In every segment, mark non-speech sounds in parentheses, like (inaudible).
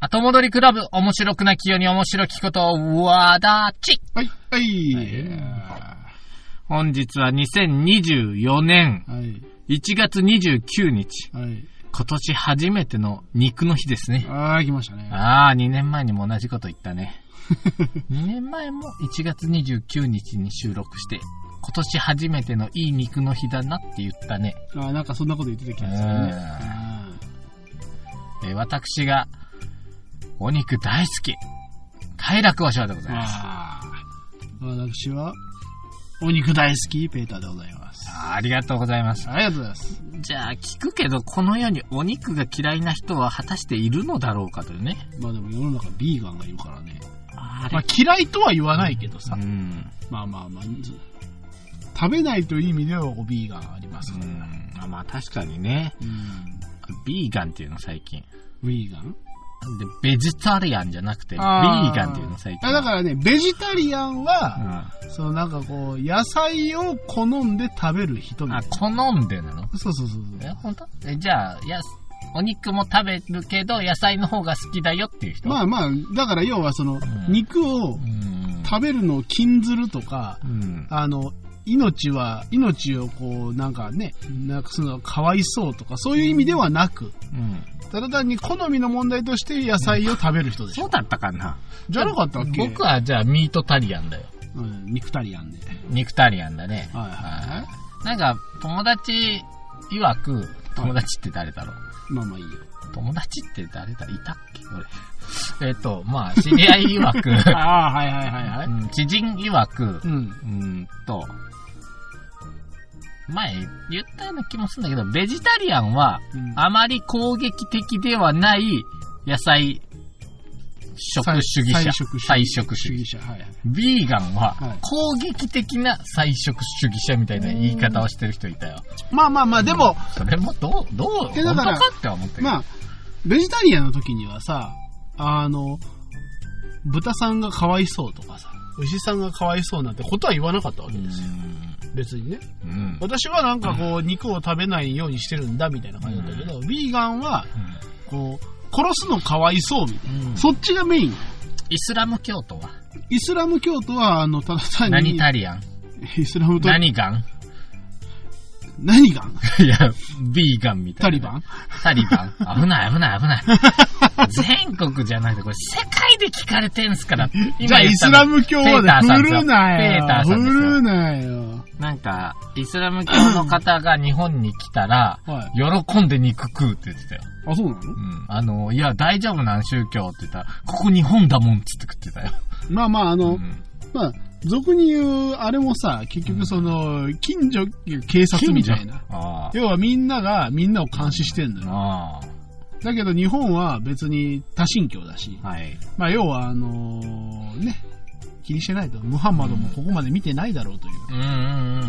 後戻りクラブ、面白くなきように面白きことを、わだち。はい、はい。本日は2024年はい、 1月29日。はい。今年初めての肉の日ですね。あー、来ましたね。ああ、2年前にも同じこと言った (laughs) ね。2年前も1月29日に収録して、今年初めてのいい肉の日だなって言ったね。あー、なんかそんなこと言ってた気がするうねん。あえー私が、お肉大好き、快楽和尚でございーます。あー。私は、お肉大好き、ペーターでございます。ありがとうございます。ありがとうございます。じゃあ、聞くけど、この世にお肉が嫌いな人は果たしているのだろうかというね。まあでも世の中ビーガンがいるからね。あまあ嫌いとは言わないけどさ。うん。まあまあまあ、ず食べないという意味ではこうビーガンありますうから。ん。まあ確かにね、うん。ビーガンっていうの最近。ビーガンで、ベジタリアンじゃなくて、ビーあガンっていうの最近。あだからね、ベジタリアンは、うそのなんかこう、野菜を好んで食べる人みん。たいあ、な。好んでなのそうそうそうえ、そ本当？え、じゃあ、やす、お肉も食べるけど、野菜の方が好きだよっていうう。人まあまあ、だから要はその、ん肉をうん。食べるのを禁ずるとか、うん。あの、命は、命をこう、なんかね、なんかその、かわいそうとか、そういう意味ではなく、うん。ただ単に好みの問題として野菜を食べる人でしょ。そうだったかなじゃなかったっけ僕はじゃあミートタリアンだよ。うん、肉タリアンで。肉タリアンだね。はいはなんか、友達曰く、友達って誰だろう、い。まあまあいいよ。友達って誰だいたっけ俺。えっと、まあ、知り合い曰く、あ (laughs) あ、はいはいはいはうん知人曰く、うん。うーんと、前言ったような気もするんだけど、ベジタリアンはうんあまり攻撃的ではない野菜食主義者。菜食主義菜食主義主義者。はいはい。ビーガンははい攻撃的な菜食主義者みたいな言い方をしてる人いたよ。まあまあまあ、でも、それもどう、どう、本当えだからかって思ってる。まあ、ベジタリアンの時にはさ、あの、豚さんがかわいそうとかさ、牛さんがかわいそうなんてことは言わなかったわうけーですよ。ん別にね。うん。私はなんかこう、肉を食べないようにしてるんだみたいな感じだったけど、ビーガンは、こう、殺すのかわいそうみたいな。うんそっちがメイン。イスラム教徒はイスラム教徒は、あの、ただ単何に、タリアンイスラムと、何ガン何がいや、ビーガンみたタいなリね。バ (laughs) ンタリバン。危ない危ない危ない。 (laughs) 全国じゃなくて、これ世界で聞かれてんすから。じゃあ、イスラム教はペーターさんね、振ですよるなペーターさんよ。振ですよるなよ。なんか、イスラム教の方が日本に来たら、は喜んで肉食うって言ってたよ。あ、そうなのうん。あの、いや、大丈夫なん、宗教って言ったら、ここ日本だもんっつって食ってたよ。まあまあ、あうの、ん。まあ、俗に言う、あれもさ、結局その、近所、警察みたいな。ああ。要はみんなが、みんなを監視してんのよ。あだけど日本は別に多神教だし、あ。はい。まあ要はあのね、気にしてないと、ムハンマドもここまで見てないだろうという。うんうんうんうんうんうんう。う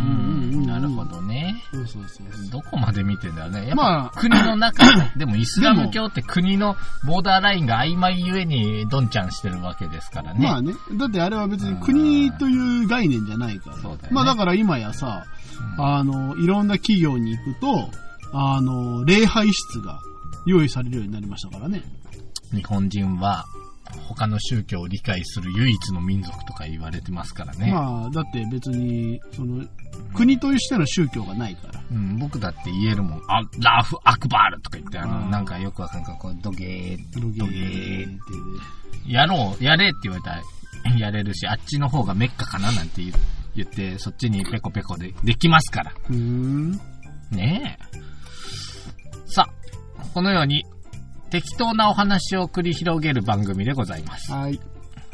んんなるほどね。そうそうそうそう。どこまで見てんだろうね。やっぱ、まあ国の中、 (coughs) でもイスラム教って国のボーダーラインが曖昧ゆえにどんちゃんしてるわけですからね。まあね、だってあれは別に国という概念じゃないから。そうだよねまあだから今やさ、うんあの、いろんな企業に行くと、あの、礼拝室が用意されるようになりましたからね。日本人は他の宗教を理解する唯一の民族とか言われてますからね。まあ、だって別に、その、国としての宗教がないから。うん、僕だって言えるもん。あ、ラーフ・アクバールとか言って、あの、うんなんかよくわかんないこう、ドゲー、ロゲドゲーー、って。やろう、やれって言われたら、 (laughs) やれるし、あっちの方がメッカかななんて言う言って、そっちにペコペコで、できますから。うーん。ねえ。さあ、このように適当なお話を繰り広げる番組でございます。はい。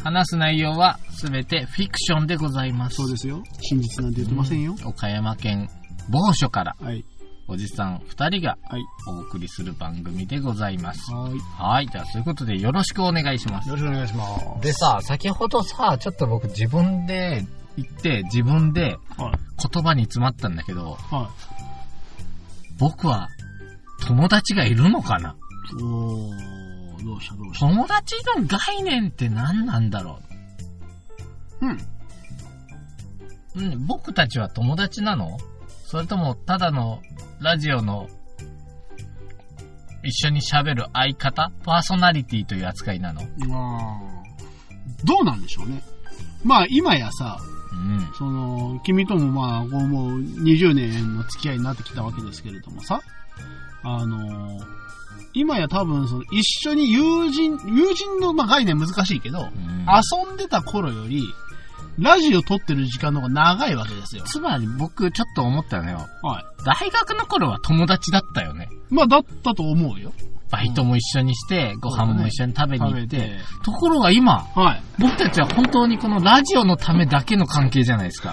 話す内容はすべてフィクションでございます。そうですよ。真実なんて言ってませんよ。岡山県某所からはい。おじさん二人がはい。お送りする番組でございます。はい。はい。じゃあ、そういうことでよろしくお願いします。よろしくお願いします。でさ、先ほどさ、ちょっと僕自分で言って、自分ではい。言葉に詰まったんだけど、は。僕は友達がいるのかないおー、どうしたどうした。友達の概念って何なんだろうん。う、うん、僕たちは友達なのそれともただのラジオの一緒に喋る相方、パーソナリティという扱いなの。あーどうなんでしょうね。まあ今やさ、うん。その、君ともまあ、こうもう20年の付き合いになってきたわけですけれどもさ、あの、今や多分その一緒に友人、友人のまあ概念難しいけど、うん、遊んでた頃より、ラジオ撮ってる時間の方が長いわけですよ。つまり僕ちょっと思ったのよ。はい。大学の頃は友達だったよね。まあだったと思うよ。バイトも一緒にして、ご飯も一緒に食べに食行べって。て。ところが今、はい。僕たちは本当にこのラジオのためだけの関係じゃない (laughs) ですか。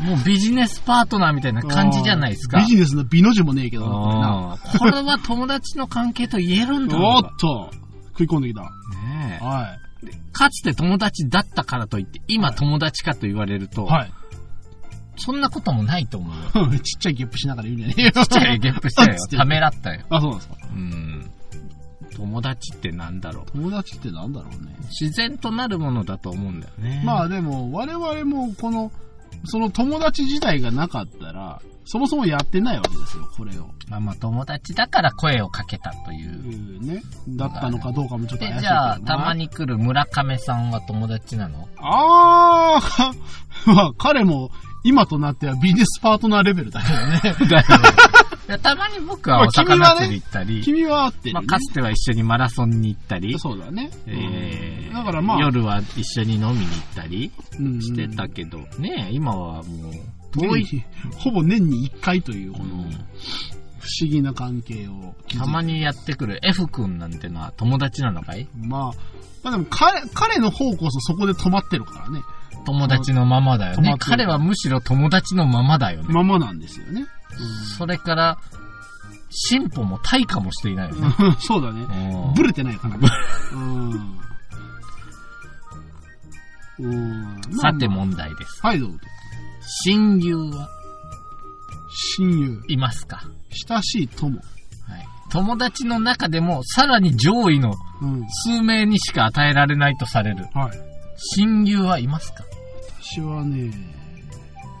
もうビジネスパートナーみたいな感じじゃないですか。ビジネスの美の字もねえけどな。うんこれは友達の関係と言えるんだろおうっと、食い込んできた。かねえはかつて友達だったからといって、今友達かと言われると、い。はい。 (laughs) そんなこともないと思う (laughs) よ。ちっちゃいゲップしながら言うんじゃねえよ。ちっ (laughs) ちっちゃいゲップしたよつっ。てためらったよ。 (laughs) あ、そうなんですか。うん。友達ってなんだろう。友達ってなんだろうね。自然となるものだと思うんだよね。まあ、あでも、我々もこの、その友達自体がなかったら、そもそもやってないわけですよ、これを。まあまあ友達だから声をかけたというう。んね。だったのかどうかもちょっとで怪しいけどな。じゃあ、たま。に来る村亀さんは友達な (laughs) のあー、 (laughs) まあ彼も、今となってはビジネスパートナーレベルだけ (laughs) どね。でたまに僕はまあお君は魚ね釣り行ったり、君は合ってる、ね。まあ、かつては一緒にマラソンに行ったり、そうだね。えーだからまあ夜は一緒に飲みに行ったりうんしてたけど、ねえ今はもう、うん遠い、年にほぼ年に1回という、こうの、ん不思議な関係を築いてたまにやってくる F 君なんてのは友達なのかいまあ、まあでも彼、彼の方こそそこで止まってるからね。友達のままだよ止まねっ。てる彼はむしろ友達のままだよね。ままなんですよね。 (laughs) それから、進歩も退化もしていないよね。そうだね。うんブレてないかな。うん。うんさて。問題です。まあはい、どうぞ。親友は親友、いますか親しい友。はい。友達の中でもさらに上位のうん。数名にしか与えられないとされるはい。親友はいますか私はね、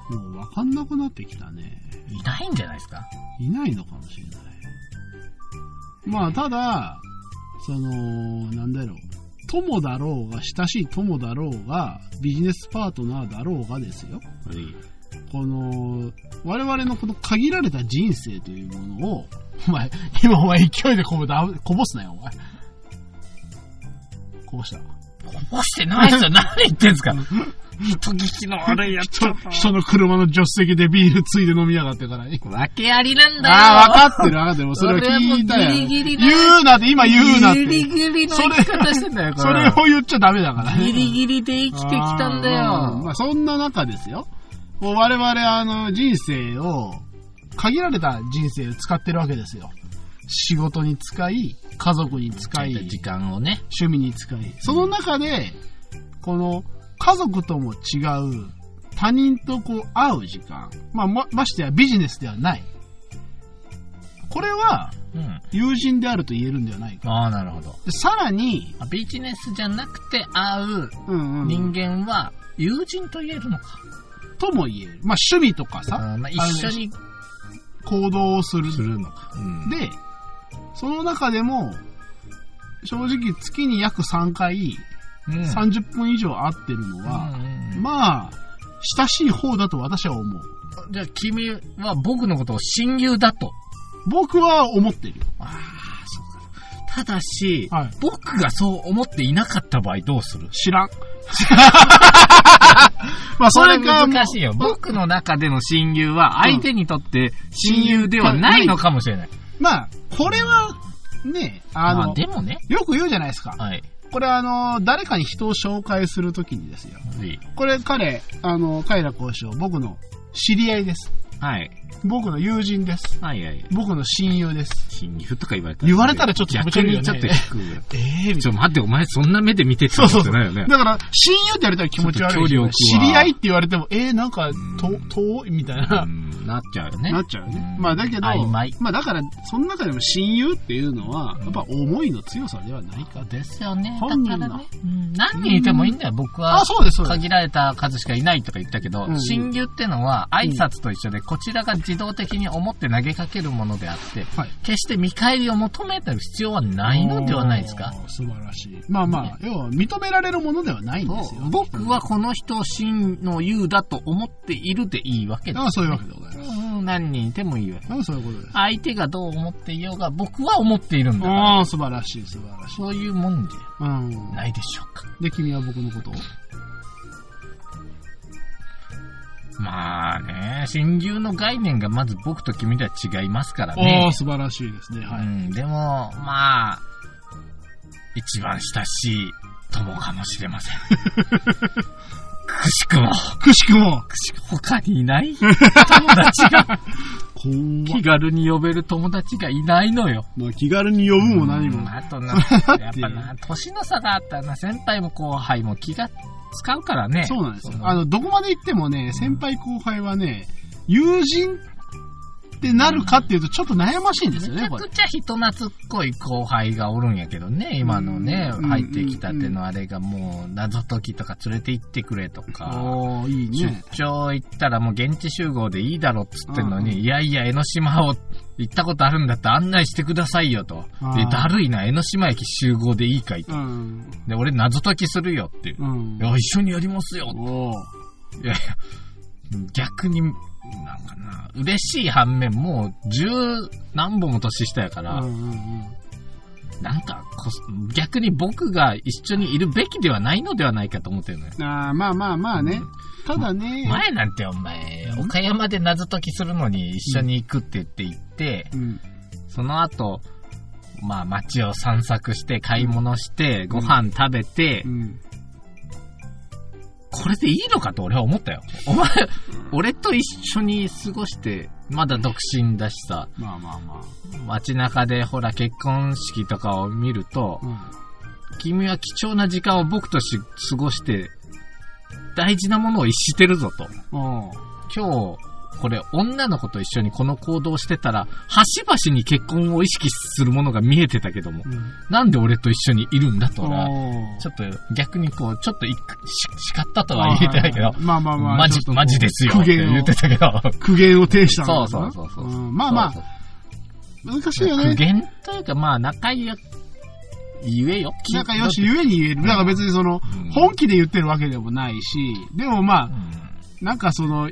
もう分かんなくなってきたね。いないんじゃないですかいないのかもしれない。まあ、ただ、その、なんだろう。友だろうが、親しい友だろうが、ビジネスパートナーだろうがですよ。この、我々のこの限られた人生というものを、お前、今お前勢いでこぼだこぼすなよ、お前。こぼした。こぼしてないですよ。何言ってんすか人聞きの悪いやつ。人の車の助手席でビールついで飲みやがってから。訳ありなんだよ。ああ、分かってる、分かってる。それを聞いた俺はもうよ。ギリギリだ言うなって、今言うなって。ギリギリの生き方してんだよ、こそれれ。を言っちゃダメだからね。ギリギリで生きてきたんだあーまよ。あ、そんな中ですよ。もう我々、あの、人生を、限られた人生を使ってるわけですよ。仕事に使い、家族に使い、時間をね。趣味に使い。その中で、この、家族とも違う、他人とこう、会う時間。まあ、ま、ましてやビジネスではない。これは、うん。友人であると言えるんではないか。ああ、なるほど。でさらに、あビジネスじゃなくて会ううんうん人間は友人と言えるのか。とも言える。まあ、趣味とかさ、あーまあ、一緒に行動をする。るのか。うんで、その中でも、正直月に約3回、うん30分以上会ってるのは、うんうんまあ、親しい方だと私は思う。じゃあ君は僕のことを親友だと。僕は思ってるよ。ただし、はい僕がそう思っていなかった場合どうする (laughs) 知らん。まあ、それか、難しいよ。僕の中での親友は相手にとって親友ではないのかもしれない。まあ、これは、ね、あまの、あでもね。よく言うじゃないですか。はい。これあの、誰かに人を紹介するときにですよ。これ彼、あの、カイラ講師を僕の知り合いです。はい。僕の友人です。はいはい。僕の親友です。親友とか言われた言われたらちょっと気持ち逆悪いよにねちょっと引くぐらい。ええみちょ、待って、お前そんな目で見てってそうそうじそゃう。ないよねだ。から、親友って言われたら気持ち悪いしちょっと距離を置知くわり合いって言われても、えー、なんか、とうん、遠いみたいうな。んなっちゃうよね。なっちゃうよね。うんまあ、だけど、曖昧。まあ、だから、その中でも親友っていうのは、やっぱ思いの強さではないか。ですよね。だ本か人のらね。うん何人いてもいいんだよ、僕はあ、。そうです、そうです。限られた数しかいないとか言ったけど、うん親友ってのは挨拶と一緒で、こちらが自動的に思って投げかけるものであって、はい決して見返りを求めてる必要はないのではないですかおー素晴らしい。まあまあ、要は認められるものではないんですよ。僕はこの人を真の優だと思っているでいいわけだあ。あ、そういうわけでございます。うん、何人いてもいいわけ。ああ、そういうことです。相手がどう思っていようが、僕は思っているんだから。ああ、素晴らしい、素晴らしい。そういうもんじうん。ゃないでしょうか。で、君は僕のことをまあね、親友の概念がまず僕と君では違いますからあねあ、。素晴らしいですね。はうい。ん、でも、まあ、一番親しい友かもしれません。くしくも、くしくも、くしくも他にいない友達が、こん気軽に呼べる友達がいないのよ。まあ、気軽に呼ぶも何うんも。あと (laughs) な、やっぱな、年の差があったらな、先輩も後輩も気が使うからね。そうなんですよ。のあの、どこまで行ってもね、先輩後輩はね、友人ってなるかっていうと、ちょっと悩ましいんですよめちね、ゃこれく。ちゃ人懐っこい後輩がおるんやけどね、今のね、うん入ってきたてのあれがもう、謎解きとか連れて行ってくれとか、ああ、いい出ね。張行ったらもう現地集合でいいだろっつってんのうんに、いやいや、江ノ島を行ったことあるんだって案内してくださいよと。であー、だるいな、江ノ島駅集合でいいかいとう。ん。で、俺謎解きするよっていう。うんい。や、一緒にやりますよおお。いやいや、逆に、なんかな、嬉しい反面、もう十何本も年下やから、うんうんうん。なんかこそ、逆に僕が一緒にいるべきではないのではないかと思ってるのよ。あーまあまあまあね。ただね。前なんてお前、岡山で謎解きするのに一緒に行くって言って行って、うん。その後、まあ街を散策して、買い物して、ご飯食べて、うん。これでいいのかと俺は思ったよ。お (laughs) 前、俺と一緒に過ごして、まだ独身だしさ、まあまあま街中でほら結婚式とかを見ると、あ。君は貴重な時間を僕とし過ごして、大事なものを逸してるぞと。うん。おう今日、これ女の子と一緒にこの行動してたら、端々に結婚を意識するものが見えてたけども、うん。なんで俺と一緒にいるんだと俺はおうちょっと逆にこう、ちょっといし叱ったとは言えてないけど、まあまあまあ。マジちょっ、とこうマジですよっ苦て言言っをて、たけど。苦言を呈したのかそうなそうそうそうんまあまそあう、難しそいうよ苦ね。言というか、まあ、仲良く言えよ。なんかよし、ゆえに言える。なんか別にそのうん、本気で言ってるわけでもないし、でもまうあ、んなんかその、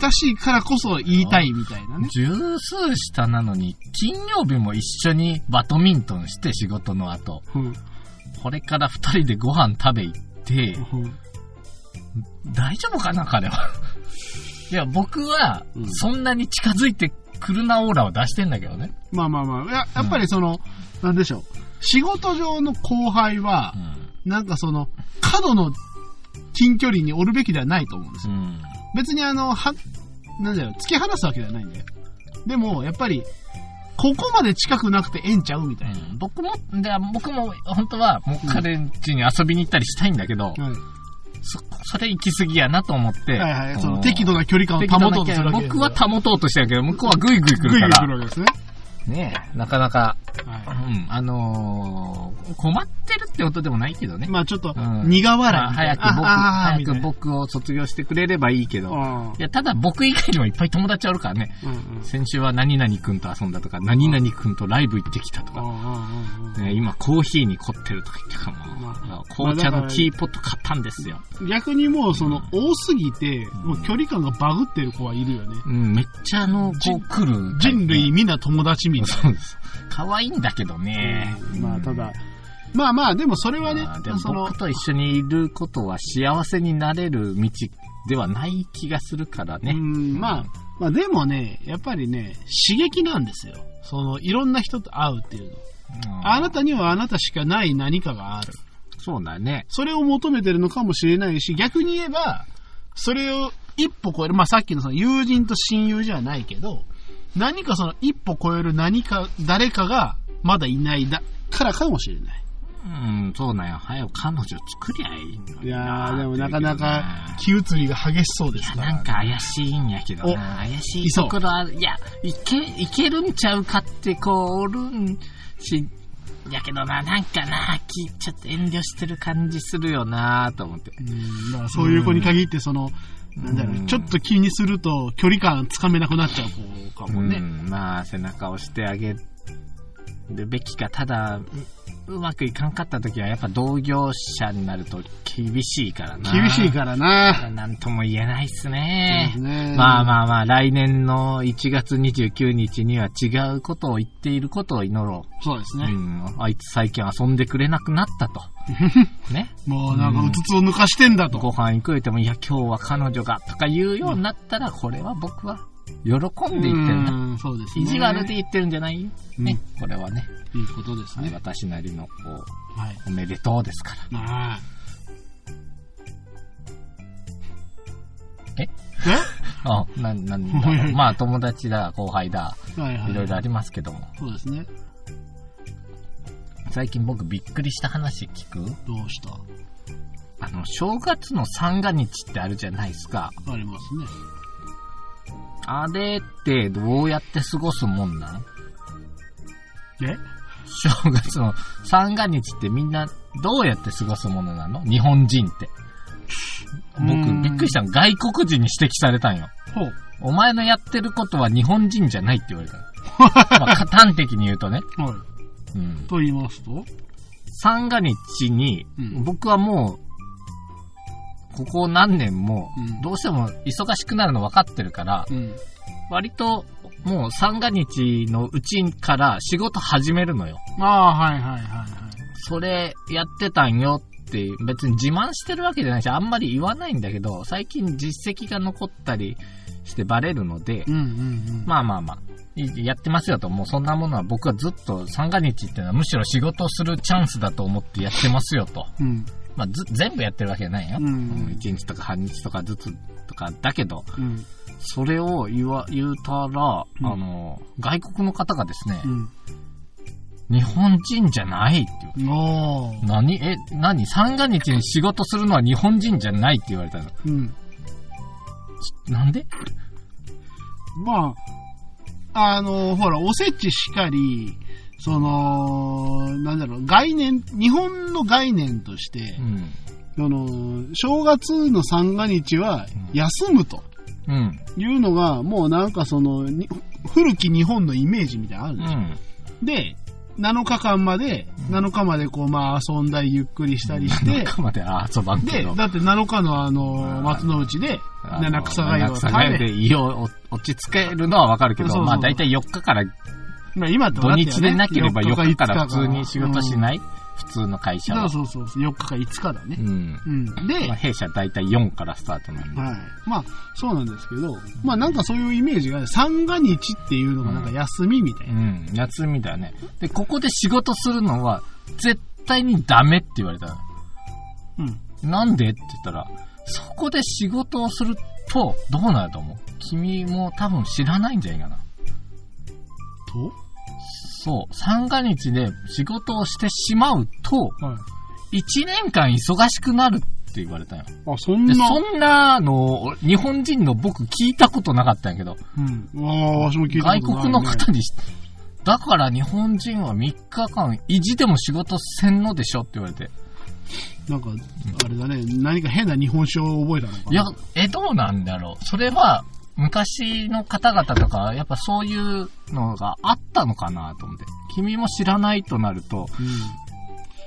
親しいからこそ言いたいみたいなね。十数下なのに、金曜日も一緒にバドミントンして仕事の後、うん。これから二人でご飯食べ行って、うん大丈夫かな彼は。 (laughs) いや、僕はう、んそんなに近づいてくるなオーラを出してんだけどね。まあまあまあ、ややっぱりその、なんでしょう。仕事上の後輩はう、ん。なんかその、過度の近距離におるべきではないと思うんですうよ。ん。別にあの、は、なんだよ、突き放すわけではないんだよ。でも、やっぱり、ここまで近くなくてええんちゃうみたいうん僕も、で僕も、本当は、もう彼ん家に遊びに行ったりしたいんだけど、な。はい。そ、それ行き過ぎやなと思って、はいはい。そうんの適度な距離感を保とうとするわけです僕は保とうとしてるけど、向こうはグイグイ来ぐいぐいるか来ら、るわけですね。ねえなかなか、うはん、あのー困ってるってことでもないけどね。い。まあちょっと、うん苦笑いまあみた早いくな。僕、ああー早みたくいな僕を卒業してくれればいいけど、いや、ただ僕以外にもいっぱい友達あるからね、うんうん先週は何々くんと遊んだとか、何々くんとライブ行ってきたとうんうか、んうんうんね、今コーヒーに凝ってるとか言ってたからもうま紅茶のティーポット買ったんですよ。逆にもうその多すぎて、もう距離感がバグってる子はいるよね。うん、めっちゃあの、こ人う来る。人類皆友達みたいな。そうです。可愛いんだけどね。まあたうんだ、まあまあ、でもそれはねまあでも、その僕、と一緒にいることは幸せになれる道ではない気がするからうね。んまあ、まあでもね、やっぱりね、刺激なんですよ。その、いろんな人と会うっていうの。うんあなたにはあなたしかない何かがある。そうだね。それを求めてるのかもしれないし、逆に言えば、それを一歩超える、まあさっきのその友人と親友じゃないけど、何かその一歩超える何か、誰かがまだいないだからかもしれない。うん、そうなんよ。早く彼女作りゃいいのにいなやー、でもなかなか気移りが激しそうですから、なんか怪しいんやけどな。怪しいいそうところある。いや、いけ、いけるんちゃうかって、こう、おるんし、やけどな、なんかな、きちょっと遠慮してる感じするよなと思って。うんだからそういう子に限って、その、なんだろうう、んちょっと気にすると距離感つかめなくなっちゃう子かもね。うん、まあ背中を押してあげるべきかただううまくいかんかった時はやっぱ同業者になると厳しいからな厳しいからな。なんとも言えないっすそうでねすねまあまあまあ来年の1月29日には違うことを言っていることを祈ろそうですう、ね。うん、あいつ最近遊んでくれなくなったと (laughs) ねもうなんかうつつを抜かしてんだと。ご飯行くよりも、いや、今日は彼女が、とか言うようになったら、これは僕は、喜んで言ってるな。うんそうですね。意地悪で言ってるんじゃないよ。ね、これはね、いいことですね。私なりの、こはい。う、おめでとうですから。まあ。えあ、な、なんだろうまあ、友達だ、後輩だ、えはいはい。いろいろありますけども。そうですね。最近僕びっくりした話聞くどうしたあの、正月の三が日ってあるじゃないですか。ありますね。あれって、どうやって過ごすもんなんえ正月の三が日ってみんなどうやって過ごすものなの日本人って。うん僕、びっくりしたの。外国人に指摘されたんよ。ほう。お前のやってることは日本人じゃないって言われたの。まあ、端的に言うとね。はうい。ん。と言いますと三が日にうん、僕はもう、ここ何年もうん、どうしても忙しくなるの分かってるから、うん。割と、もう三が日のうちから仕事始めるのよ。ああ、はいはいはいはい。それやってたんよって、別に自慢してるわけじゃないし、あんまり言わないんだけど、最近実績が残ったりしてバレるのでう、んうんうん。まあまあまあ、いやってますよと、もうそんなものは僕はずっと三が日ってのはむしろ仕事をするチャンスだと思ってやってますよと。うん。まあず、全部やってるわけじゃないよ。うん1日とか半日とかずつとかだけど、うん。それを言わ、言うたら、うんあの、外国の方がですね、うん。日本人じゃないっていう。おー。何え、何三が日に仕事するのは日本人じゃないって言われたの。うん。なんでまあ、あの、ほら、おせちしかり、その、なんだろう、概念、日本の概念としてう、ん。その、正月の三が日はうん休むとうん。いうのが、もうなんかその、に古き日本のイメージみたいなのあるうねん。で、7日間まで、うん7日までこう、まあ遊んだりゆっくりしたりして、中まで遊ばんけでど、。だって7日のあの、うん松の内で、あの七草がゆ七を草食がゆべ、で胃を落ち着けるのはわかるけど、そうそうそうまあ大体4日から、まあ今って土分かって日るよねでなければ4日から四。普通に仕事しないい、普通の会社うんは。そうそうそう、4日か5日だねう。ん。うん。で、まあはい。弊社大体4からスタートなんで。まあ、そうなんですけど、まあなんかそういうイメージが、三が日っていうのがなんか休みみたいうな。ん。休みだよね。で、ここで仕事するのは絶対にダメって言われたの。うん。なんでって言ったら、そこで仕事をすると、どうなると思う君も多分知らないんじゃないかな。とそう。三が日で仕事をしてしまうと、はい。一年間忙しくなるって言われたよ。あ、そんで、な。そんなの、俺日本人の僕聞いたことなかったんやけど、うん。わあ、わしも聞いたことない、外ね。国の方にし、だから日本人は3日間意地でも仕事せんのでしょって言われて。なんか、あれだね、何か変な日本酒を覚えたのかな。いや、え、どうなんだろう。それは、昔の方々とか、やっぱそういうのがあったのかなと思って。君も知らないとなると、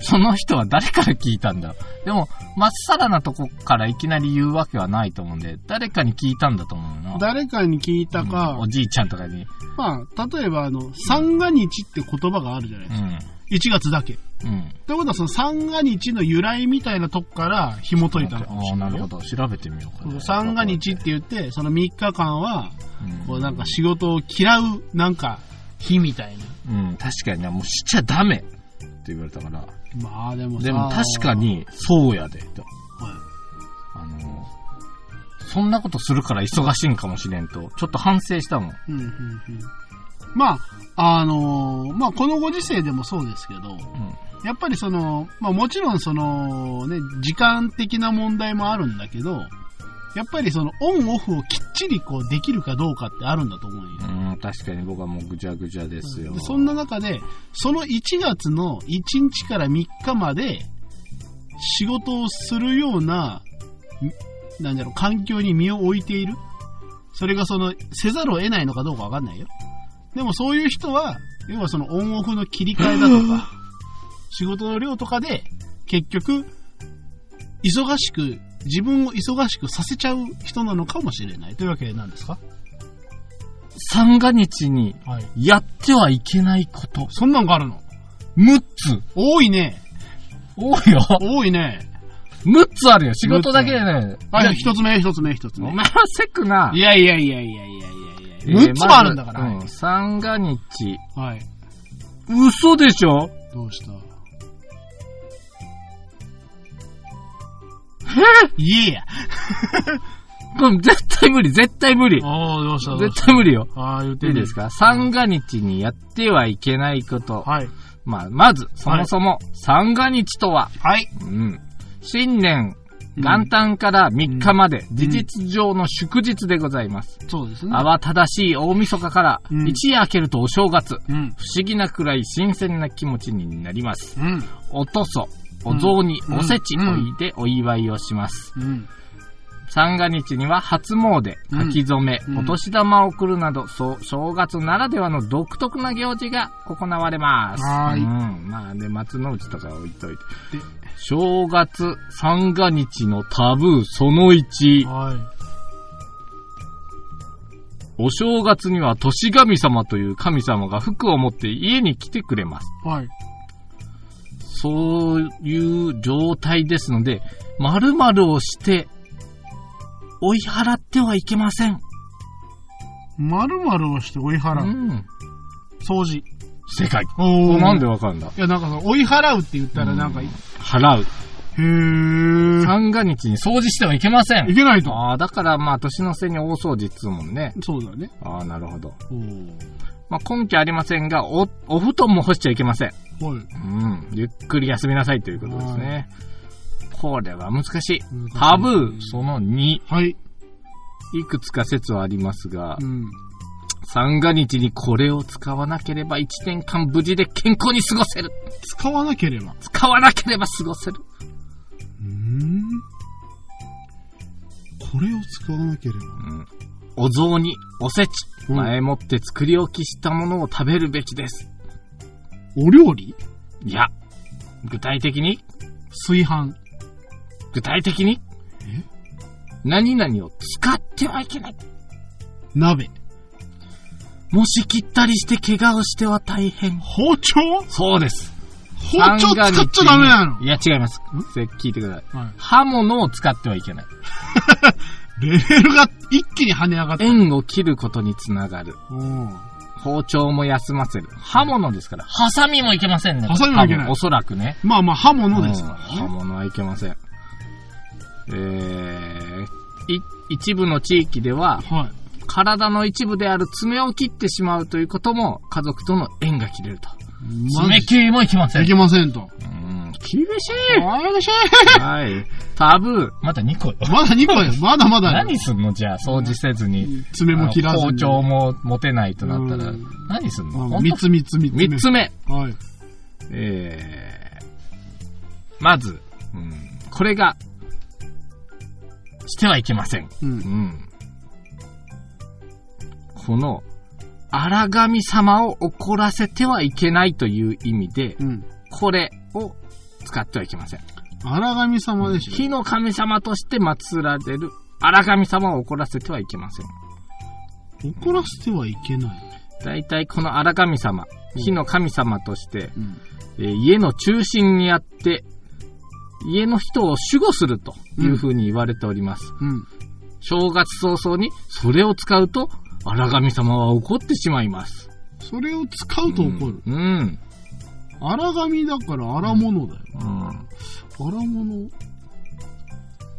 その人は誰から聞いたんだろう。でも、まっさらなとこからいきなり言うわけはないと思うんで、誰かに聞いたんだと思ううな。ん。誰かに聞いたか、うんおじいちゃんとかに。まあ、例えば、あの、三が日って言葉があるじゃないでうすか。ん。 1月だけ。ってうん。ことは、その三が日の由来みたいなとこから紐解いたのかもあしあ、れなないるほど。よ。調べてみようかな。三が日って言って、その3日間は、うん、こうなんか仕事を嫌う、なんか、日みたいな。うん、確かにね、もうしちゃダメって言われたから。まあ、でもさでも確か。に、そうやで、と。はあの、そんなことするから忙しいんかもしれんと、ちょっと反省したもん。いうん、うん、うん。まあ、あのーまあ、このご時世でもそうですけど、やっぱりその、まあもちろんその、ね、時間的な問題もあるんだけど、やっぱりそのオンオフをきっちりこうできるかどうかってあるんだと思うんよ。うん、確かに僕はもうぐじゃぐじゃですよ。でそんな中で、その1月の1日から3日まで仕事をするような、なんだろう、環境に身を置いている。それがその、せざるを得ないのかどうかわかんないよ。でもそういう人は、要はそのオンオフの切り替えだと (laughs) か、仕事の量とかで、結局、忙しく、自分を忙しくさせちゃう人なのかもしれないというわけなんですか三が日にはい。やってはいけないこと。そんなんがあるの6つ。多いね。多いよ。多いね。 6つあるよ。仕事だけでね。はいい、や一つ目、一つ目、一つお目前。はセクな。いやいやいやいやいやいえやいーや。6つもあるんだから。まずうん三が日。はい。嘘でしょど (laughs) うしたえいえや。これ絶対無理、絶対無理。ああ、どうしたどうし絶対無理よ。たああ、言っていいですかか三が日にやってはいけないこと。はい。まあ、まず、そもそも、三が日とは、はい。うん。新年、元旦から3日まで、事実上の祝日でございます。そうですね。慌ただしい大晦日からう、ん一夜明けるとお正月、うん。不思議なくらい新鮮な気持ちになります。うん。おとそ、お雑煮、うんおせちうんおいでお祝いをします。うん。三が日には初詣、うん書き初め、うんお年玉を送るなど、そう、正月ならではの独特な行事が行われます。はーいうん。まあね、松の内とか置いといてで。正月三が日のタブーその1。はい。お正月には年神様という神様が服を持って家に来てくれます。はい。そういう状態ですので、〇〇をして、追い払ってはいけません。まるまるをして追い払うう。ん。掃除。正解。おなんでいわかるんだや、なんかさ、追い払うって言ったらなんか、うへん払う。え。三が日に掃除してはいけませいん。けないと。ああ、だからまあ年の瀬に大掃除っつうもんね。そうだね。ああ、なるほど。おまあ根拠ありませんが、お、お布団も干しちゃいけません。お。はい。うん。ゆっくり休みなさいということですね。これは難しい。難しいタブー、その2。いはい。くつか説はありますがう、ん。三が日にこれを使わなければ1年間無事で健康に過ごせる。使わなければ。使わなければ過ごせる。うん。これを使わなければ。うんお雑煮、おせち、うん前もって作り置きしたものを食べるべきです。お料理いや、具体的に炊飯。具体的にえ何々を使ってはいけない。鍋。もし切ったりして怪我をしては大変。包丁そうです。包丁使っちゃダメなの三が日にいや、違います。せ聞いてください。は刃物を使ってはいけない。い。レベルが一気に跳ね上がった。縁を切ることにつながる。うん。包丁も休ませる。刃物ですから。ハサミもいけませんね。ハサミもいけな多い分おそらくね。まあまあ刃物ですかうんら刃ね。物はいけません。えー、い一部の地域では、はい。体の一部である爪を切ってしまうということも、家族との縁が切れると。マ爪ジ切りもいけません。いけませんと。うん、厳しあよしいはい。タブー。また2個よ。まだ2個よ。 (laughs) まだまだ。何すんのじゃあ、掃除せずに。爪も切らずに。包丁も持てないとなったらうん。何すんのうん。三つ三つ三つ。 3つ目。はい。えー、まず、うん、これが、してはいけません。う。うんん。この、荒神様を怒らせてはいけないという意味で、うん。これを使ってはいけません。荒神様でし火の神様として祀られる荒神様を怒らせてはいけません。ょ。怒らせてはいけない。大体この荒神様、火の神様として、うん。えー家の中心にあって、家の人を守護するというふうに言われております。うん。正月早々にそれを使うと、荒神様は怒ってしまいます。それを使うと怒る。うん。うん。荒神だから荒物だよ。うん荒物。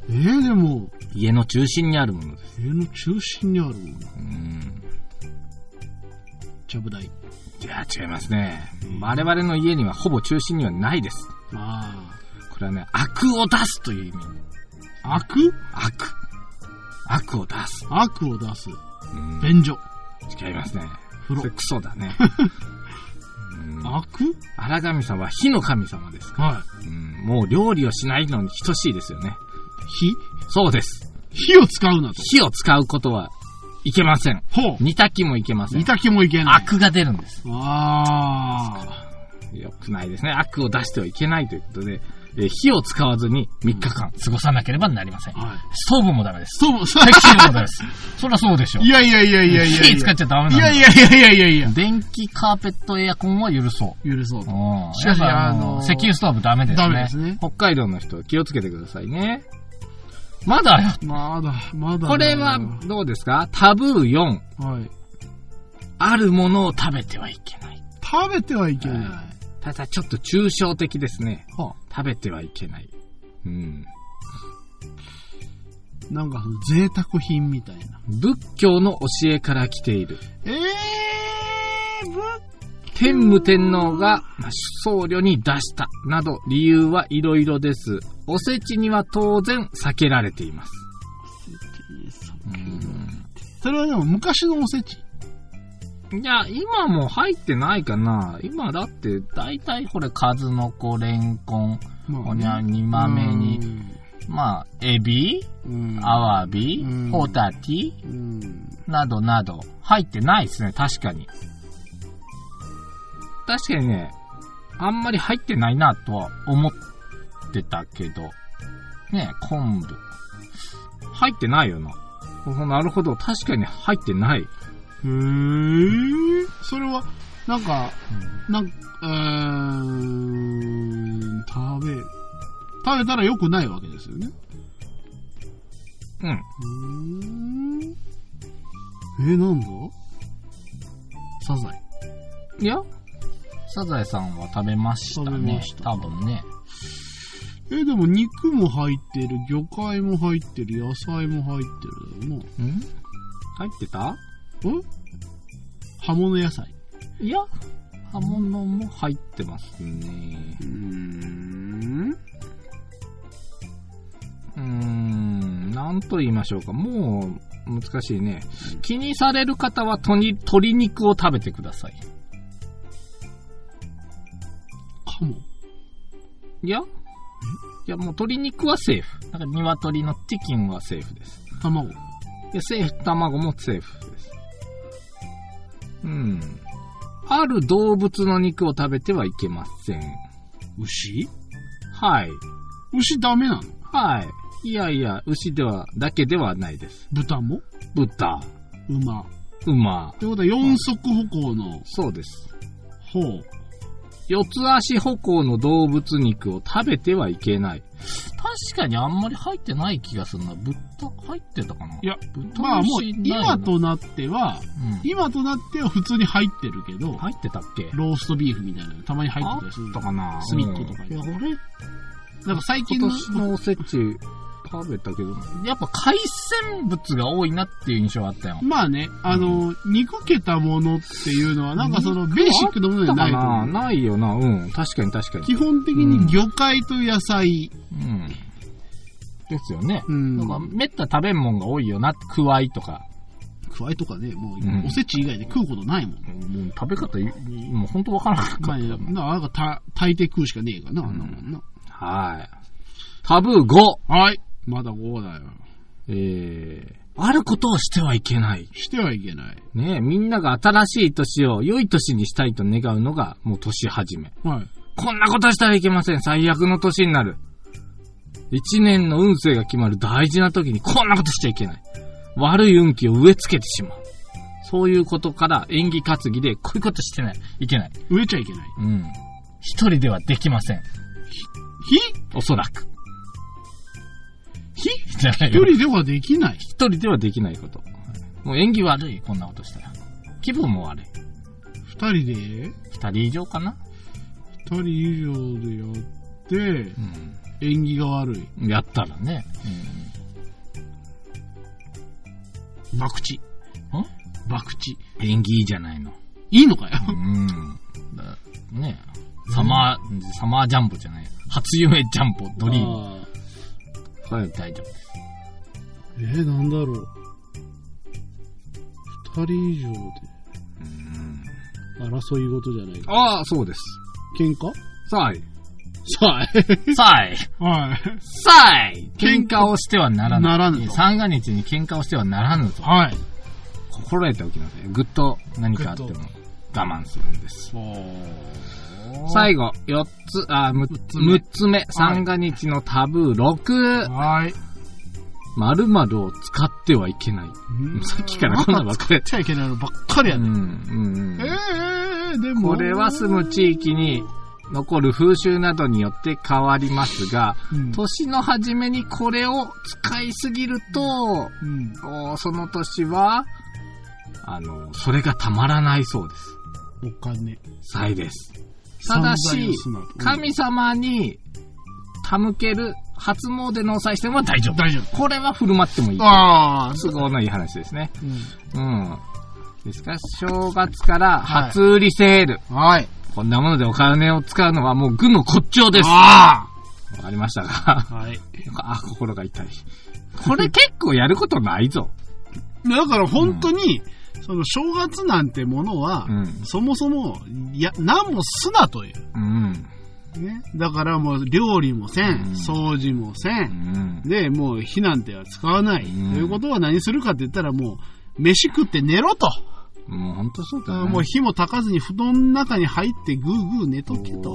えー、でも、家の中心にあるものです。家の中心にあるもの。うん。ちゃぶ台。いや、違いますね。我々の家にはほぼ中心にはないです。あこれはね、悪を出すという意味。あ。悪悪。悪を出す。悪を出す。うん便所。違いますね。風それ呂。クソだ (laughs) ね。うん悪荒神様は火の神様ですかはら、うんもう料理をしないのに等しいですよね。い。火そうです。火を使うなと。火を使うことはいけません。ほう。煮炊きもいけません煮。炊きもいけない。悪が出るんです。あ良くないですね。悪を出してはいけないということで、えー火を使わずに3日間過ごさなければなりませんあ。。はい。ストーブもダメです。そう、さタクシーもダメ (laughs) です。そりゃそうでしょう。いやいやいやいやいや。火使っちゃダメなんいだやいやいやいやいやいや。電気、カーペット、エアコンは許そう。許そうと。うんしかしやっぱあのー石油ストーブダメですね。ダメですね北海道の人、気をつけてくださいね。まだよ。まだ、まだ。これは、どうですかタブー4。はい。あるものを食べてはいけない。食べてはいけない。はただ、ちょっと抽象的ですね。は食べてはいけない。うん。あ、なんかその贅沢品みたいな。仏教の教えから来ている。えー、ぶ天武天皇がまあ僧侶に出した。など、理由はいろいろです。おせちには当然避けられています。うんそれはでも昔のおせち。いや、今も入ってないかな。今だって、だいたいこれ、数の子、レンコン、まおにゃにまめに、まあ、エビ、うん。アワビうん、ホタテ、うん。などなど、入ってないですね、確かに。確かにね、あんまり入ってないなとは思ってたけど、ねえ昆布。入ってないよな。おなるほど、確かに入ってない。へー。それは、なんか、なんうーん、食べ、食べたら良くないわけですよね。うん。うーん。えー、なんだサザエ。いや、サザエさんは食べました食べねまし。た多分ね。えー、でも肉も入ってる、魚介も入ってる、野菜も入ってるだよん入ってたな。え葉物野菜。いや、葉物も入ってますね。うーん。うーん、なんと言いましょうか。もう、難しいね。気にされる方はとに鶏肉を食べてください。かも。いやいや、もう鶏肉はセーフ。なんか鶏のチキンはセーフです。卵。で、セーフ、卵もセーフです。うん。ある動物の肉を食べてはいけません。牛はい。牛ダメなのはい。いやいや、牛では、だけではないです。豚も豚、馬。っ馬、てことは四足歩行のそうです。方。四つ足歩行の動物肉を食べてはいけない。確かにあんまり入ってない気がするな。豚入ってたかないや、豚まあもう牛ないな今、となっては、う今となっては普通に入ってるけど、ん、入ってたっけローストビーフみたいなのたまに入ってたりするあったかなスミットとかにうんいや、俺、なんか最近今の、年のおせち食べたけど、やっぱ海鮮物が多いなっていう印象はあったよ。まあね、あの、憎けたものっていうのは、なんかその、ベーシックなものじあゃったなかいとな思う。ないよな。うん。確かに確かに。基本的に魚介と野菜、うん。ですよね。うんなんか、めった食べんもんが多いよな。くわいとか。くわいとかね、もうんう、おせち以外で食うことないもん。もう食べ方、もう本当わからなかったまあ、もんなんかた、炊いて食うしかねえかな、あんなもんな。はい。タブー5。はい。まだ5だよ。えー、あることをしてはいけない。してはいけない。ねえみんなが新しい年を良い年にしたいと願うのが、もう年始め。はい。こんなことしたらいけません。最悪の年になる。一年の運勢が決まる大事な時にこんなことしちゃいけない。悪い運気を植え付けてしまう。そういうことから演技担ぎでこういうことしてない。いけない。植えちゃいけない。うん。一人ではできません。火おそらく。火じゃない一よ。人ではできない。一人ではできないこと。もう演技悪い、こんなことしたら。気分も悪い。二人で二人以上かな二人以上でやって、う縁起が悪い。ん。やったらね。博打。博打。うん。演技いいじゃないの。いいのかよ。うん。だねえサマー、サマージャンボじゃない。初夢ジャンボ、ドリーム。あーはい、大丈夫です。えー、なんだろう。二人以上で争い事じゃないか。ああ、そうです。喧嘩さあ、さあ、さいはい。さい喧嘩をしてはならぬ。ならぬと三が日に喧嘩をしてはならぬと。はい。心得ておきなさい。ぐっと何かあってもぐっ我慢するんです。そう。最後、四つ、あ、六六つつ目目。六つ目三が日のタブー6。はい。 〇〇を使ってはいけない。さっきからこんなばっかりやっちゃいけないのばっかりうやん、うね。んえうえん。ええでも。これは住む地域に残る風習などによって変わりますが、うん年の初めにこれを使いすぎると、うん。おその年は、あの、それがたまらないそうです。お金。歳です。ただ散財しをすなと、神様に手向ける初詣のお賽銭は大丈夫。大丈これは振る舞ってもいい夫。。ああ、都合のいい話ですね。うん。うん。ですから、正月から初売りセール。はい。こんなものでお金を使うのはもう軍の骨頂です。わあかりましたかあはい。 (laughs) あ、心が痛い。これ結構やることないぞ。だから本当に、その正月なんてものは、うんそもそも、いや、何もすなという。うん。ね。だからもう料理もせん、うん掃除もせ、うんん。で、もう火なんては使わない。うんということは何するかって言ったらもう、飯食って寝ろと。もう本当そうだね。もう火も焚かずに布団の中に入ってぐーぐー寝とけと。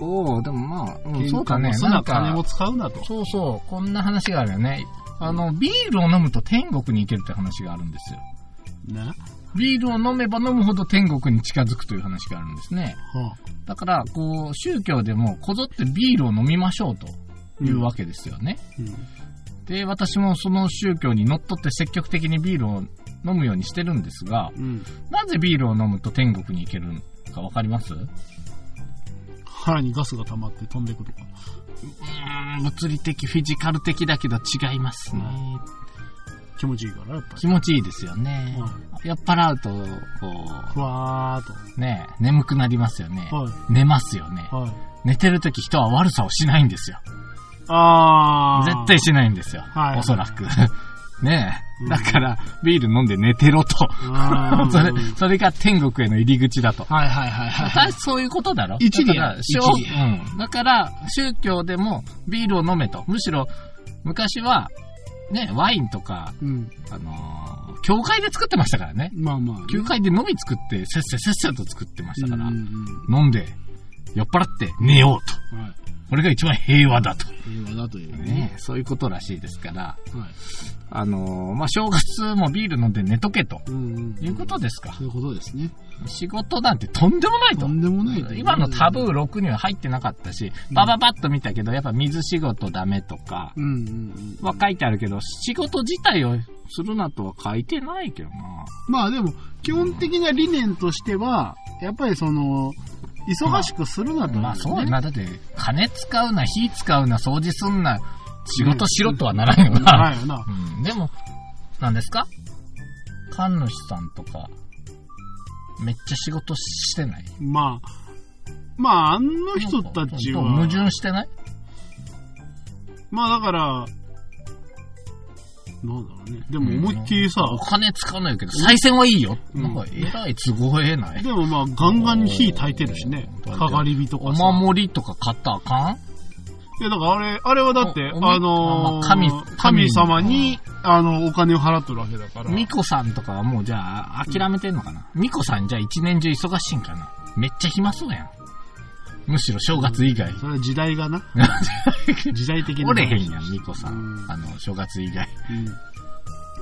おーおーでもまあ、うん、喧そうだ嘩ねも。すななんか金も使うなと。そうそう、こんな話があるよね。あの、ビールを飲むと天国に行けるって話があるんですよ。な。はビールを飲めば飲むほど天国に近づくという話があるんですね。あだから、こう、宗教でもこぞってビールを飲みましょうというわけですよね。うんで、私もその宗教にのっとって積極的にビールを飲むようにしてるんですが、うん。なぜビールを飲むと天国に行けるかわかりますう腹にガスが溜まって飛んでくるか。ーん、物理的、フィジカル的だけど違いますね。気持ちいいから、やっぱり気。持ちいいですよね。酔っ払うと、こふわーっと。う、ね、眠くなりますよね。はい。寝ますよね。はい。寝てるとき人は悪さをしないんですよ。あー。絶対しないんですよ。はいおそらく。 (laughs) ねうえ。んだから、ビール飲んで寝てろと。あ (laughs) ーそれ、それが天国への入り口だと。はいはいはいはい。私 (laughs) そういうことだろ一理だやから宗一理うん。だから、宗教でもビールを飲めと。むしろ、昔は、ね、ワインとか、うん。あのー教会で作ってましたからね。まあまあ。教会で飲み作って、せっせせっせと作ってましたから、うんうん飲んで、酔っ払って寝ようと。うんはい。これが一番平和だと。平和だというねね。え、そういうことらしいですから、はい。あのーまあ、正月もビール飲んで寝とけと。うんうん。いうことですかそ。ういうことですね。仕事なんてとんでもないと。とんでもないと今のタブー6には入ってなかったし、うんバババッと見たけど、やっぱ水仕事ダメとか、うんうんうん。は書いてあるけど、仕事自体をするなとは書いてないけどな。まあでも、基本的な理念としては、やっぱりその、忙しくするなというね。まあそうだな。だって、金使うな、火使うな、掃除すんな、仕事しろとはならんよな。はいよな。うん、でも、何ですか神主さんとか、めっちゃ仕事してないまあ、まあ、あの人たちは、なんか矛盾してないまあだから、なんだろうね。でも思いっきりさ、お金使わないけど、再選はいいよ。うんなんか、えらい都合えない。でもまあ、ガンガンに火焚いてるしねうん。かがり火とおかさ。守りとか買ったらあかんいや、だからあれ、あれはだって、おおあのまあー神神様に、あの、お金を払っとるわけだから。ミコさんとかはもうじゃあ、諦めてんのかなミコさんじゃあ一年中忙しいんかなめっちゃ暇そうやん。むしろ正月以外。それは時代 (laughs) がな。時代的な。おれへんやん、ミコさ。うんんあの、正月以外。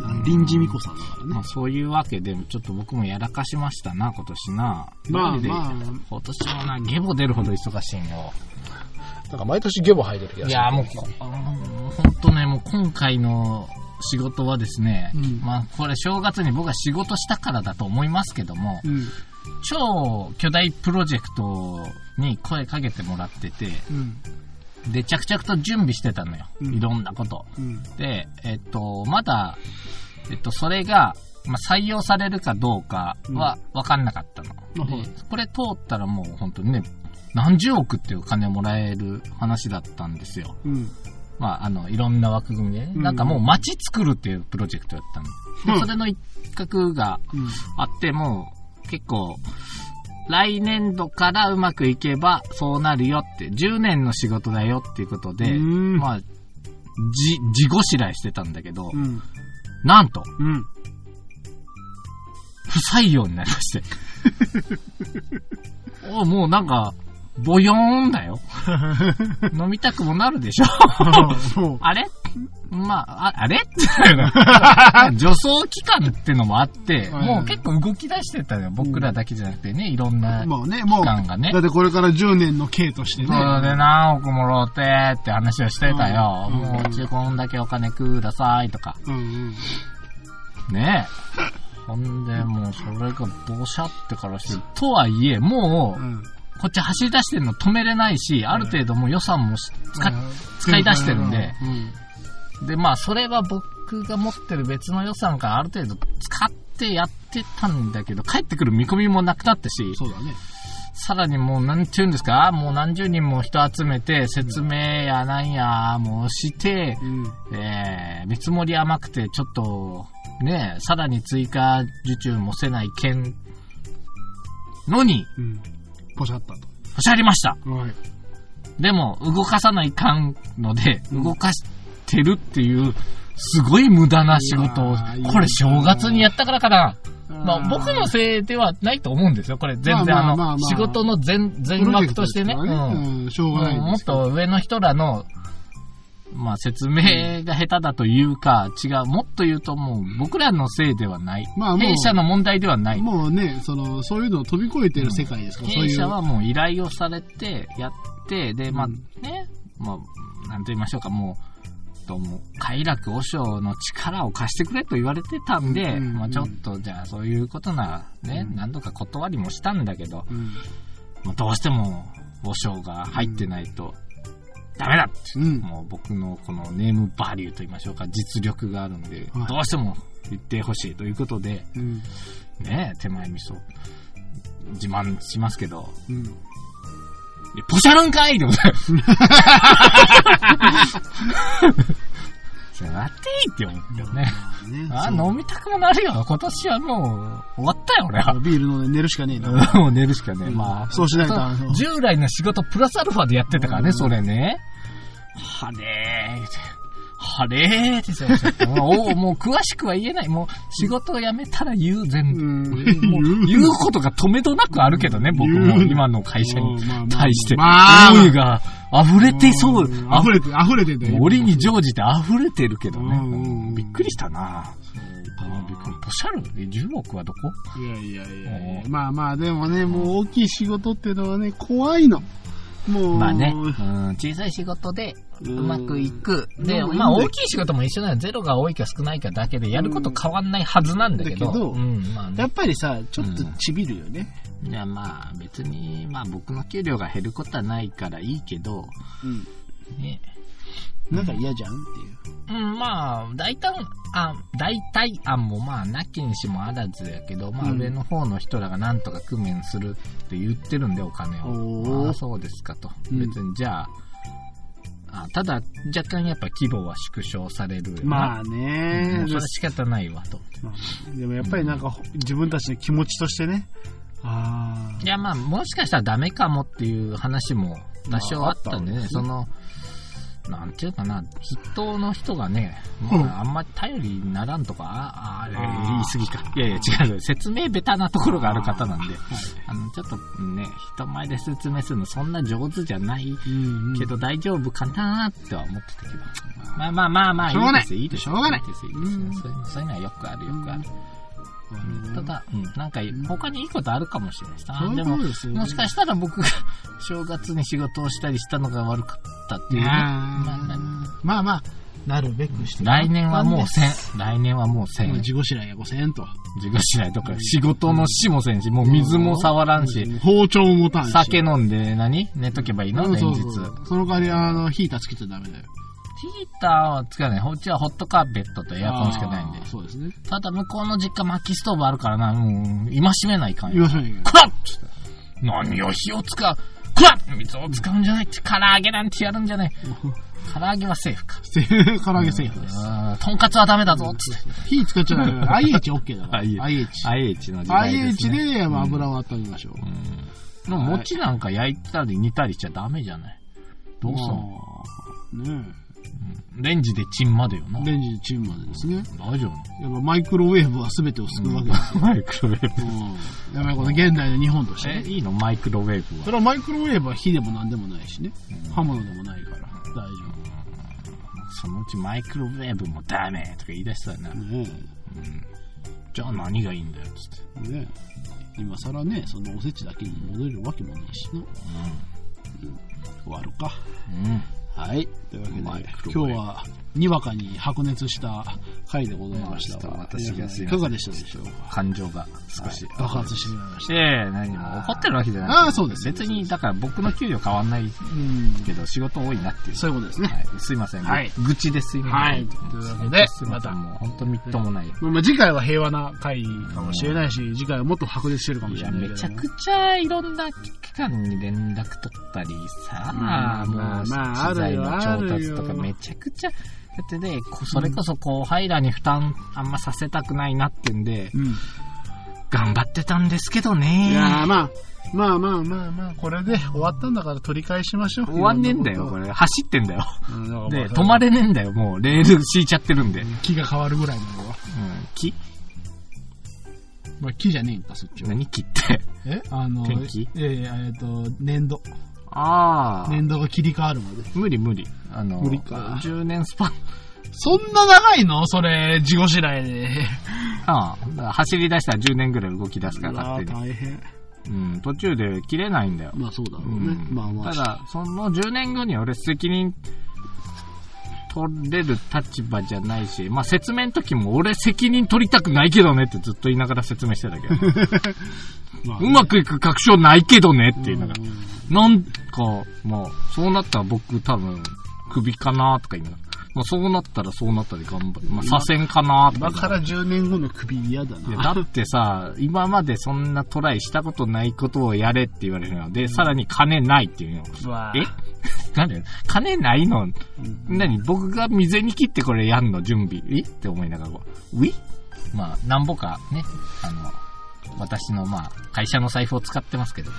うん。臨時巫女さんだからまねあ。そういうわけで、ちょっと僕もやらかしましたな、今年な。まあどうりでまあ今年もな、ゲボ出るほど忙しいんよ。だから毎年ゲボ吐いてる気いやーもうこ、本当ね、もう今回の仕事はですね、うんまあこれ正月に僕は仕事したからだと思いますけども、うん。超巨大プロジェクトに声かけてもらってて、うん。で、着々と準備してたのよ。うんいろんなこと。うん。で、えっと、まだ、えっと、それが、まあ、採用されるかどうかは分かんなかったの。うんはいでこれ通ったらもう本当にね、何十億っていう金もらえる話だったんですよ。うん。まあ、あの、いろんな枠組みでね、うんなんかもう街作るっていうプロジェクトやったの。でうんそれの一角がうん。あって、もう結構、来年度からうまくいけばそうなるよって、10年の仕事だよっていうことで、うんまあ、じ、自己しらいしてたんだけど、うん。なんと、うん。不採用になりま (laughs) して。おもうなんか、ボヨーンだ (laughs) よ。飲みたくもなるでしょ。そう。あれまあ、ああれみたい (laughs) な。助走期間ってのもあって、はいもう結構動き出してたのよ。僕らだけじゃなくてね、いろんなまあね、もう、感がねだってこれから10年の刑としてね。そうで何億もろうてって話をしてたよ。うんもう中古んだけお金くださいとか。うんうん。ねえ。ほんで、もうそれがどうしゃってからして、とはいえ、もうう、ん。こっち走り出してるの止めれないし、ある程度もう予算もし使っうん使い出してるんで。うん。で、まあ、それは僕が持ってる別の予算からある程度使ってやってたんだけど、帰ってくる見込みもなくなったし、そうだね。さらにもう何て言うんですか、もう何十人も人集めて、説明やなんや、もうして、うん。えー、見積もり甘くて、ちょっと、ね、さらに追加受注もせない件のに、うん。ポシャったおしゃりました。と。はい。でも、動かさないかんので、うん動かしてるっていう、すごい無駄な仕事うをわーいい、なこれ正月にやったからかな。まあ、僕のせいではないと思うんですよ。これ全然、まあまああまあの、まあ仕事の全、全プロ幕ジェクトとしてね。でうすからん。ねうん。しょうがないもでっすけど。と上の人らの、まあ、説明が下手だというか、違う、もっと言うともう僕らのせいではない。まあもう弊社の問題ではない。もうね、その、そういうのを飛び越えてる世界ですから、そう弊いう。社はもう依頼をされて、やって、で、まあうんね、まあ、なんと言いましょうか、もう、どうも、快楽和尚の力を貸してくれと言われてたんで、うんまあちょっと、じゃあそういうことならね、うん何度か断りもしたんだけど、うん。まあどうしても和尚が入ってないと、ダメだってうん。もう僕のこのネームバリューと言いましょうか、実力があるので、はいどうしても言ってほしいということで、うん。ねえ、手前味噌、自慢しますけど、うん。いやポシャるんかいってことだよ (laughs) それ待っていいって思ったよね。ねあ、そう飲みたくもなるよ。今年はもう、終わったよ、俺は。ビール飲んで寝るしかねえな。もう寝るしかね、うんまあ。そうしないとそうあの従来の仕事プラスアルファでやってたからね、うんそれね。はれーって。はれーって言って (laughs) ましたもうおうもう詳しくは言えない。もう仕事を辞めたら言う、全部。んもう言うことが止めどなくあるけどね、僕も言う今の会社にまあまあまあ対して。まあ思いが溢れてそう。あ溢れて、溢れてんだよ。折に乗じて溢れてるけどね。うんうんびっくりしたな。あびっくり。ポシャルえ ?10 億はどこいやいやいやいやうまあまあ、でもね、もう大きい仕事ってのはね、怖いの。もう。まあね、うん、小さい仕事でうまくいく。うんで、うんまあ大きい仕事も一緒なのゼロが多いか少ないかだけでやること変わんないはずなんだけど。だけどうん、まあやねっ。ぱりさ、ちょっとちびるよね。いやまあ別に、まあ僕の給料が減ることはないからいいけど、うん。ね。なんか嫌じゃんっていう。うん、まあ、大胆案、大体案もまあ、なきにしもあらずやけど、まあ、うん上の方の人らがなんとか工面するって言ってるんで、お金おを。ーああ、そうですかと。うん別に、じゃあ、あただ、若干やっぱ規模は縮小されるよな。まあうねん、それは仕方ないわと。まあでもやっぱりなんか、自分たちの気持ちとしてね。ああい。や、まあ、もしかしたらダメかもっていう話も多少あったんでね、まああったその、なんていうかな、筆頭の人がね、もうあんまり頼りにならんとか、ああ、言い過ぎか。いやいや、違うよ。説明ベタなところがある方なんで、あの、ちょっとね、人前で説明するのそんな上手じゃないうんうんけど大丈夫かなっては思ってたけど。まあまあまあまあ、しょうがないいですよいいですよしょうがないいですよいいですようんそういうのそういうのはよくあるよくある。うんただ、うん、なんか他にいいことあるかもしれないです。あそうーいでうこもとですよねもしかしたら僕が (laughs) 正月に仕事をしたりしたのが悪かったっていうね。まああまあーまあまあ、なるべくして。来年はもう千1000。来年はもう1000。自己知らや5000と。自己しないとか、仕事の死もせんし、もう水も触らんし、包丁も持たんし。酒飲んで何寝とけばいいのうん連そう日そ。うそうその代わり、あの、ヒーターつけちゃダメだよ。ヒーターはつかない。うちはホットカーペットとエアコンしかないんであー。そうですね。ただ向こうの実家薪ストー (laughs) ブあるからな、もう、今しめないかんよ言わせないけど。クラッ何を火を使う食わん水を使うんじゃないって、唐揚げなんてやるんじゃない。唐揚げはセーフか。 (laughs) せ唐揚げセーフです。あーとんかつはダメだぞ、つって。火使っちゃダメだから。IHOK だから。 IH IH。 IH の時代です、 IH ね。でまあ油を温めましょう。でも餅なんか焼いたり煮たりしちゃダメじゃない。どうすんのまあねレンジでチンまでよな。レンジでチンまでですね。大丈夫やっぱマイクロウェーブは全てを救うわけです。マイクロウェーブ。うん。やっぱりこの現代の日本としてえ、ね。いいのマイクロウェーそブは。れはマイクロウェーブは火でも何でもないしね。刃物でもないから。大丈そのうちマイクロウェーブもダメとか言い出したらな。夫。ねじゃあ何がいいんだよ、つって。え。ねえ。今更ね、そのおせちだけに戻るわけもないしな。終わるか。うん。はい。というわけで、マイクロ今ウェーブ日はにわかに白熱した回でございましたが。まあ私がすいませんいかがでしたでしょうか。感情が少し。爆発してしまいましえた。え、何も怒ってるわけじゃない。ああそうです別に、だから僕の給料変わんないうん。けど、仕事多いなっていう。そういうことですね。はい、すいません。はい愚痴ですいません。はいというわけですいませんまたもう本当みっともない。まあまあ、次回は平和な回かもしれないし、次回はもっと白熱してるかもいしや、れないけめど。ちゃくちゃいろんな機関に連絡取ったりさ、まあまあまあもう資材のあるよ調ある達よとかめちゃくちゃ、だってね、こそれこそ後輩らに負担あんまさせたくないなってんで、うん。頑張ってたんですけどいやーね。まあ、まあまあまあまあ、これで終わったんだから取り返しましょう。終わんねえんだよ、これ。れ。走ってんだよ。うんだからで、まあ止まれねえんだよ、もう。レール敷いちゃってるんで。うん、木が変わるぐらいのは。木まあ、木じゃねえんか、そっちは。何木って。えあの、天気えええっと、粘土。ああ。粘土が切り替わるまで。無理無理。あの、無理か10年スパン。そんな長いのそれ、事後しらいで。ああ。だから走り出したら10年ぐらい動き出すから、勝手に。大変。うん、途中で切れないんだよ。まあそうだろうね。うんまあまあ。ただ、その10年後には俺責任取れる立場じゃないし、まあ説明の時も俺責任取りたくないけどねってずっと言いながら説明してたけ (laughs) ど、まあうまくいく確証ないけどねって言いながら、うんなんか、まあ、そうなったら僕多分、首かなとか言いながら、まあそうなったらそうなったで頑張る。まあ左遷かなとか言今いながから。ら10年後の首嫌だいやな。だってさ、今までそんなトライしたことないことをやれって言われるので、さらに金ないっていうの。えなんで金ないの何僕が未然に切ってこれやんの準備。えって思いながらこう。ういまあ、なんぼかね、あの、私のまあ、会社の財布を使ってますけど。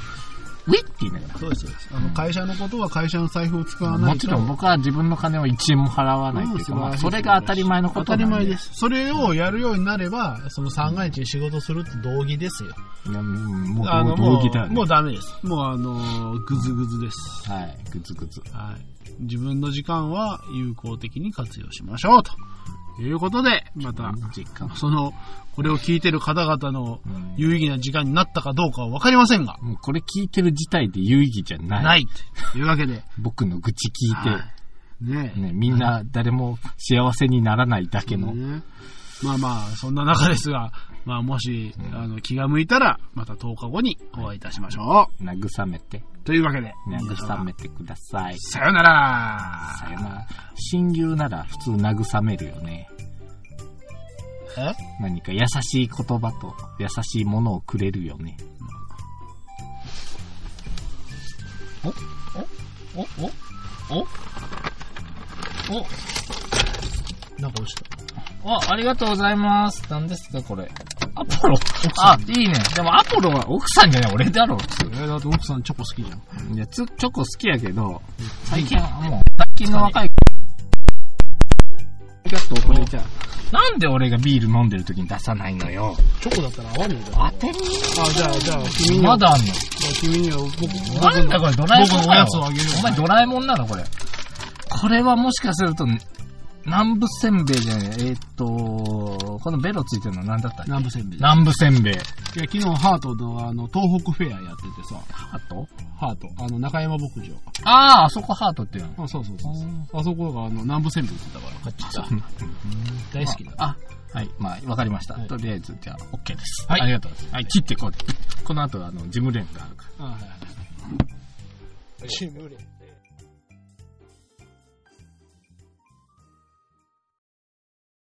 ういって言いながそうですそうです。あの、会社のことは会社の財布を使ら。わなもいちと。ろん僕は自分の金を1円も払わないっていううん素か、晴まらしいあ、それが当たり前のこと当なたんでり前で。す。それをやるようになれば、その三が日に仕事するって同義ですよ。いやもうあもの、うも同義だよう、ね。もうダメです。もうあの、ぐずぐずです。はい、グツグツ。はい。自分の時間は有効的に活用しましょう。ということで、また、実感。その、これを聞いてる方々のん有意義な時間になったかどうかはわかりませんが、もうこれ聞いてる自体で有意義じゃない。ない。というわけで、僕の愚痴聞いて、はいねえね、みんな誰も幸せにならないだけの。ねまあまあ、そんな中ですが、まあもし、あの、気が向いたら、また10日後にお会いいたしましょう。慰めて、というわけで、皆慰様めてください。さよならさよなら。親友なら普通慰めるよね。え何か優しい言葉と優しいものをくれるよね。おおおおなんか落ちた。あ、ありがとうございます。何ですか、これ。アポロ。あ、いいね。でもアポロは奥さんじゃない、俺だろ、普通。えだって奥さんチョコ好きじゃん。いや、つチョコ好きやけど、最近はもう、最近の若いちょっとこれじゃなんで俺がビール飲んでる時に出さないのよ。チョコだったら合わねえだろ。当てにあ、じゃあ、じゃあ、君には、まだあんの。君には僕、なんだこれ、ドラえもんか僕のおよやつをあげるよお前ドラえもんなのこれ。これはもしかすると、南部せんべいじゃない。えーっと、このベロついてるの何だったっけ南部せんべい。いや、南部せんべい。昨日ハートのあの、東北フェアやっててさ、ハートハート、あの、中山牧場。ああ、あそこハートっていうの。あ、そうそうそうそう。あそこがあの南部せんべい売ってたから買っちゃった。大好きだ。あ、はい。まあ、わかりました。はいとりあえず、じゃあ、OK です。はいありがとうございます。はい、切ってこうで。この後、あの、事務連があるから。はいはいはい。チーム売れ。